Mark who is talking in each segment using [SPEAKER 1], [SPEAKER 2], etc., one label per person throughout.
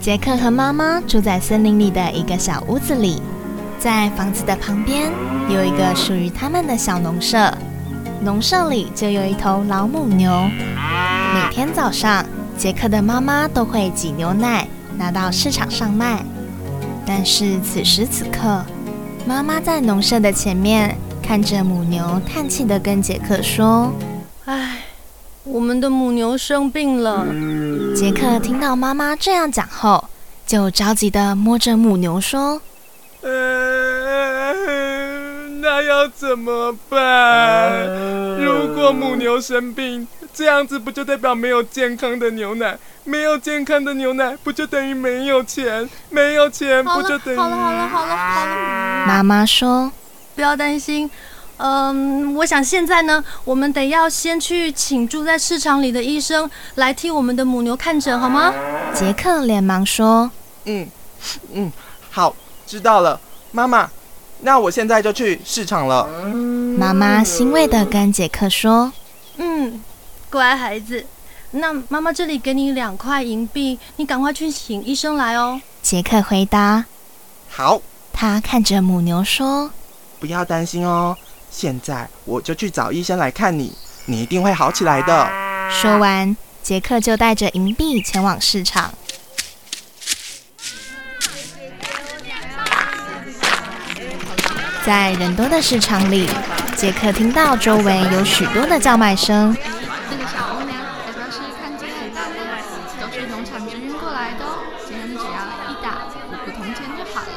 [SPEAKER 1] 杰克和妈妈住在森林里的一个小屋子里，在房子的旁边有一个属于他们的小农舍，农舍里就有一头老母牛。每天早上，杰克的妈妈都会挤牛奶拿到市场上卖。但是此时此刻，妈妈在农舍的前面看着母牛，叹气的跟杰克说。
[SPEAKER 2] 唉，我们的母牛生病了。
[SPEAKER 1] 杰克听到妈妈这样讲后，就着急地摸着母牛说
[SPEAKER 3] 呃， 那要怎么办？如果母牛生病，这样子不就代表没有健康的牛奶？没有健康的牛奶，不就等于没有钱？没有钱，
[SPEAKER 2] 好
[SPEAKER 3] 不
[SPEAKER 2] 了
[SPEAKER 3] 就等于……
[SPEAKER 2] 好了，好了，好了，好了，：“
[SPEAKER 1] 妈妈说，
[SPEAKER 2] 不要担心。嗯，我想现在呢，我们得要先去请住在市场里的医生来替我们的母牛看诊，好吗？
[SPEAKER 1] 杰克连忙说，
[SPEAKER 4] 嗯嗯，好，知道了，妈妈。那我现在就去市场了。
[SPEAKER 1] 妈妈欣慰地跟杰克说，
[SPEAKER 2] 嗯，乖孩子。那妈妈这里给你两块银币，你赶快去请医生来哦。
[SPEAKER 1] 杰克回答，
[SPEAKER 4] 好，
[SPEAKER 1] 他看着母牛说，
[SPEAKER 4] 不要担心哦，现在我就去找医生来看你，你一定会好起来的。
[SPEAKER 1] 说完，杰克就带着银币前往市场。在人多的市场里，杰克听到周围有许多的叫卖声，
[SPEAKER 5] 这个小姑娘假装是看见很大的，都是农场之运过来的哦。今天只要一打五个铜钱就好了。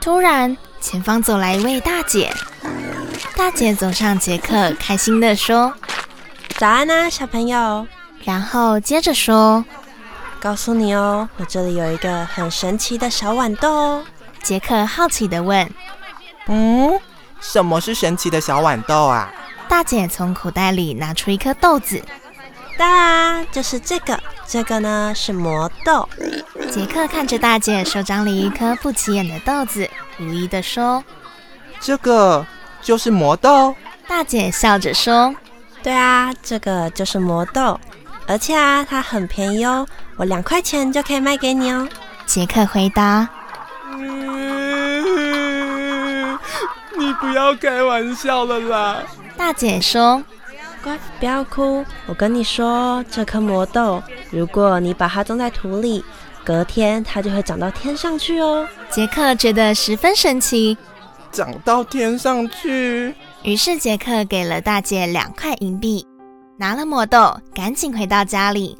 [SPEAKER 1] 突然，前方走来一位大姐。大姐走上杰克，开心地说
[SPEAKER 6] 早安啊，小朋友！：“
[SPEAKER 1] 然后接着说。
[SPEAKER 6] 告诉你哦，我这里有一个很神奇的小豌豆哦。”
[SPEAKER 1] 杰克好奇地问
[SPEAKER 4] 嗯，什么是神奇的小豌豆啊？：“
[SPEAKER 1] 大姐从口袋里拿出一颗豆子。
[SPEAKER 6] 当然就是这个，这个呢是魔豆。”
[SPEAKER 1] 杰克看着大姐手掌里一颗不起眼的豆子，无疑地说
[SPEAKER 4] 这个就是魔豆。：“
[SPEAKER 1] 大姐笑着说。
[SPEAKER 6] 对啊，这个就是魔豆，而且啊，它很便宜哦，我两块钱就可以卖给你哦。”
[SPEAKER 1] 杰克回答
[SPEAKER 3] 嗯你不要开玩笑了啦！：“
[SPEAKER 1] 大姐说。
[SPEAKER 6] 乖，不要哭，我跟你说，这颗魔豆，如果你把它种在土里，隔天它就会长到天上去哦。”
[SPEAKER 1] 杰克觉得十分神奇，
[SPEAKER 4] 长到天上去。
[SPEAKER 1] 于是杰克给了大姐两块银币，拿了魔豆，赶紧回到家里。